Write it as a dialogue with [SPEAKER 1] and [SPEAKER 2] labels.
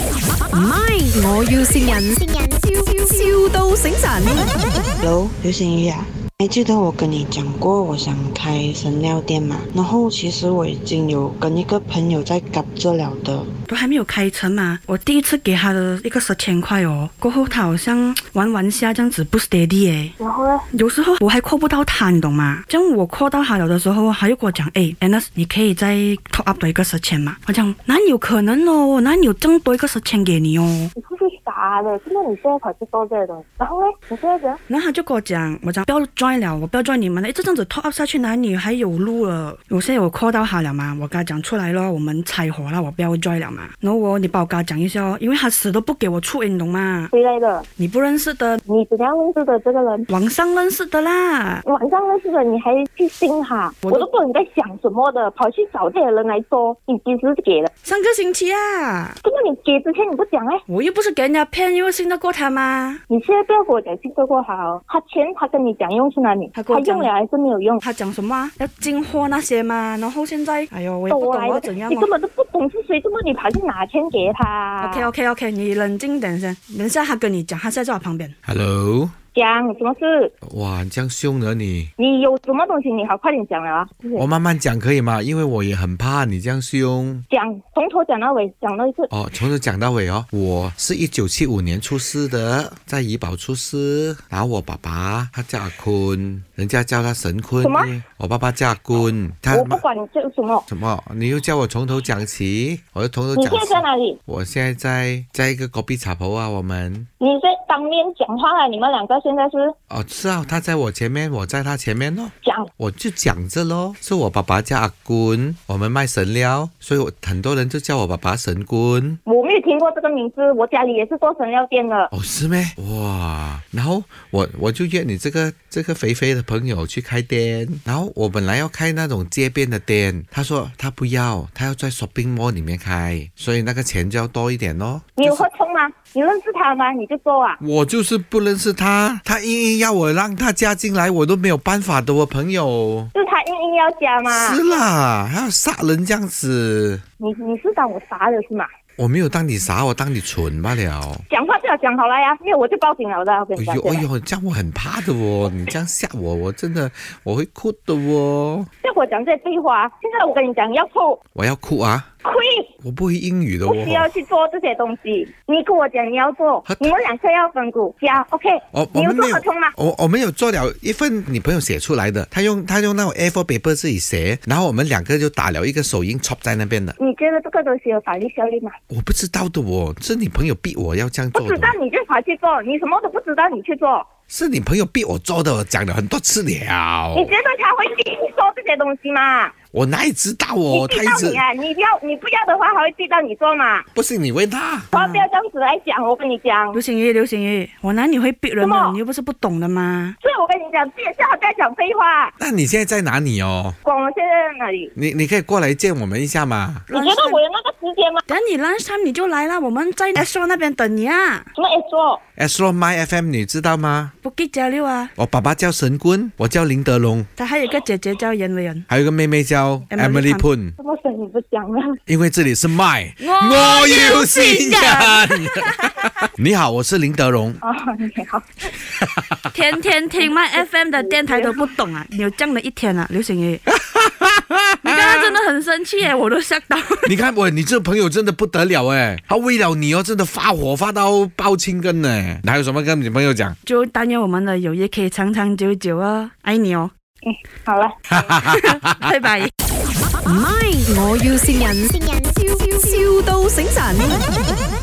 [SPEAKER 1] 唔係，我要善人，笑笑到醒神。
[SPEAKER 2] Hello，流星雨啊，还记得我跟你讲过我想开神料店嘛？然后其实我已经有跟一个朋友在搞这了的，
[SPEAKER 3] 都还没有开成嘛，我第一次给他的一个十千块哦，过后他好像玩玩下这样子不 steady 哎，
[SPEAKER 4] 然后呢，
[SPEAKER 3] 有时候我还扣不到他，你懂吗？这样我扣到他了的时候，他又跟我讲，哎 a n n 你可以再 top up 多一个十千嘛？我讲哪有可能哦，哪有这么多一个十千给你哦？
[SPEAKER 4] 你是不是傻嘞？现在你现在才知道这些东西，然后呢，你现在怎样？
[SPEAKER 3] 然后他就跟我讲，我讲不要 join 了，我不要 join 你们了，哎，这样子 top up 下去哪里还有路了？我现在我 call 到他了嘛，我跟他讲出来咯，我们拆伙了，我不要 join 了嘛。然后我你帮我跟他讲一下哦，因为他死都不给我出，你懂吗？
[SPEAKER 4] 谁来的？
[SPEAKER 3] 你不认识的，
[SPEAKER 4] 你怎样认识的这个人？
[SPEAKER 3] 网上认识的啦。
[SPEAKER 4] 晚上认识的你还去信他，
[SPEAKER 3] 我
[SPEAKER 4] 我
[SPEAKER 3] 都
[SPEAKER 4] 都不知道你在想什么的，跑去找这些人来说你几时给的？
[SPEAKER 3] 上个星期啊，
[SPEAKER 4] 怎么你给之前你不讲嘞？
[SPEAKER 3] 我又不是给人家骗，又信得过他吗？
[SPEAKER 4] 你现在不要跟我讲信得过他哦，他钱他跟你讲用去哪里？
[SPEAKER 3] 他
[SPEAKER 4] 他
[SPEAKER 3] 跟我讲
[SPEAKER 4] 用了还是没有用？
[SPEAKER 3] 他讲什么啊、要进货那些嘛，然后现在，哎呦，我也不
[SPEAKER 4] 都
[SPEAKER 3] 懂
[SPEAKER 4] 来
[SPEAKER 3] 我要
[SPEAKER 4] 了
[SPEAKER 3] 怎样
[SPEAKER 4] 啊你
[SPEAKER 3] 哦
[SPEAKER 4] 根。本都不懂是谁，怎么你跑去拿钱给他
[SPEAKER 3] OK OK OK，你冷静点先，等一下他跟你讲，他现在在我旁边。
[SPEAKER 5] Hello，
[SPEAKER 4] 讲什么事？
[SPEAKER 5] 哇，你这样凶的你，
[SPEAKER 4] 你有什么东西你好快点讲了啊！
[SPEAKER 5] 我慢慢讲可以吗？因为我也很怕你这样凶。
[SPEAKER 4] 讲从头讲到尾，讲到一次。
[SPEAKER 5] 哦，从头讲到尾哦。我是一九七五年出世的，在怡保出世。然后我爸爸他叫阿坤，人家叫他神坤。
[SPEAKER 4] 什么
[SPEAKER 5] 因为我爸爸叫阿坤，他
[SPEAKER 4] 我不管你叫什么，
[SPEAKER 5] 什么？你又叫我从头讲起，我就从头
[SPEAKER 4] 你
[SPEAKER 5] 讲
[SPEAKER 4] 现在
[SPEAKER 5] 起
[SPEAKER 4] 在。哪里？
[SPEAKER 5] 我现在在在一个隔壁茶铺啊，我们
[SPEAKER 4] 你在当面讲话了，你们两个现在是
[SPEAKER 5] 哦是啊，他在我前面，我在他前面咯。
[SPEAKER 4] 讲
[SPEAKER 5] 我就讲着咯，是我爸爸叫阿坤，我们卖神料，所以我很多人就叫我爸爸神坤。
[SPEAKER 4] 我没有听过这个名字，我家里也是做神料店的。
[SPEAKER 5] 哦，是咩？哇！然后我我就约你这个这个肥肥的朋友去开店，然后我本来要开那种街边的店，他说他不要，他要在 shopping mall 里面开，所以那个钱就要多一点咯。
[SPEAKER 4] 你有
[SPEAKER 5] 就是
[SPEAKER 4] 合同吗？你认识他吗？你就做啊。
[SPEAKER 5] 我就是不认识他，他硬硬要我让他加进来，我都没有办法的，我朋友。
[SPEAKER 4] 是他硬硬要加吗？
[SPEAKER 5] 是啦，还要杀人这样子。
[SPEAKER 4] 你你是当我傻了是吗？
[SPEAKER 5] 我没有当你傻，我当你蠢罢了。
[SPEAKER 4] 讲话最好讲好了呀，没有我就报警了的。我跟你
[SPEAKER 5] 哎
[SPEAKER 4] 讲
[SPEAKER 5] 呦，哎
[SPEAKER 4] 现在
[SPEAKER 5] 呦，这样我很怕的 哦，你这样吓我，我真的我会哭的哦，
[SPEAKER 4] 再给我讲这些废话。现在我跟你讲，要扣
[SPEAKER 5] 我要哭啊！
[SPEAKER 4] 亏，
[SPEAKER 5] 我不会英语的
[SPEAKER 4] 不需要
[SPEAKER 5] 哦。
[SPEAKER 4] 去做这些东西。你跟我讲你要做
[SPEAKER 5] 他，
[SPEAKER 4] 你们两个要分股加 OK
[SPEAKER 5] 我。我
[SPEAKER 4] 你有
[SPEAKER 5] 们
[SPEAKER 4] 做
[SPEAKER 5] 没有
[SPEAKER 4] 合同吗？，
[SPEAKER 5] 我我们有做了一份你朋友写出来的，他用他用那种 A4 paper 自己写，然后我们两个就打了一个手印 chop 在那边的，
[SPEAKER 4] 你觉得这个东西有法律效力吗？
[SPEAKER 5] 我不知道的哦，是你朋友逼我要这样
[SPEAKER 4] 不
[SPEAKER 5] 做
[SPEAKER 4] 知
[SPEAKER 5] 的哦
[SPEAKER 4] 道，你就跑去做，你什么都不知道你去做，
[SPEAKER 5] 是你朋友逼我做的，我讲了很多次了，
[SPEAKER 4] 你觉得他会逼你做这些东西吗？
[SPEAKER 5] 我哪里知道
[SPEAKER 4] 你
[SPEAKER 5] 哦，他
[SPEAKER 4] 逼
[SPEAKER 5] 一
[SPEAKER 4] 到
[SPEAKER 5] 直嗯
[SPEAKER 4] 你啊！你要你不要的话，他会逼到你做嘛。
[SPEAKER 5] 不信你问他。
[SPEAKER 4] 我不要这样子来讲，我跟你讲
[SPEAKER 3] 流。星雨，流星雨，我哪里会逼人
[SPEAKER 4] 什
[SPEAKER 3] 的？
[SPEAKER 4] 么
[SPEAKER 3] 你又不是不懂的吗？
[SPEAKER 4] 所以我跟你讲，这也是他在讲废话。
[SPEAKER 5] 那你现在在哪里哦？
[SPEAKER 4] 管我现在在哪里？
[SPEAKER 5] 你你可以过来见我们一下嘛？
[SPEAKER 4] 你觉得我有那个时间吗？
[SPEAKER 3] 等你 lunch time 你就来啦，我们在 S 那边等你啊。
[SPEAKER 4] 什么哎 S 座？
[SPEAKER 5] S o My FM 你知道吗？
[SPEAKER 3] 不给交流啊，
[SPEAKER 5] 我爸爸叫神棍，我叫林德龙，
[SPEAKER 3] 他还有一个姐姐叫严伟 仁。
[SPEAKER 5] 还有一个妹妹叫
[SPEAKER 3] Emily
[SPEAKER 5] Emily Poon。
[SPEAKER 4] 什么声你不讲了？
[SPEAKER 5] 因为这里是麦，
[SPEAKER 3] 我
[SPEAKER 5] 我
[SPEAKER 3] 要
[SPEAKER 5] 要
[SPEAKER 3] 新
[SPEAKER 5] 新人。 你好，我是林德龙。
[SPEAKER 4] 哦，你好，
[SPEAKER 3] 天天听麦 FM 的电台都不懂啊，你有这样的一天啊，流行语。你刚刚真的很生气耶，啊我都吓到。
[SPEAKER 5] 你看我，你这朋友真的不得了哎，他为了你哦，真的发火发到爆青根呢。哪有什么跟你朋友讲？
[SPEAKER 3] 就但愿我们的友谊可以长长久久啊，爱你哦，
[SPEAKER 4] 好了。
[SPEAKER 3] 拜拜。
[SPEAKER 1] 唔係，我要善人，笑笑到醒神。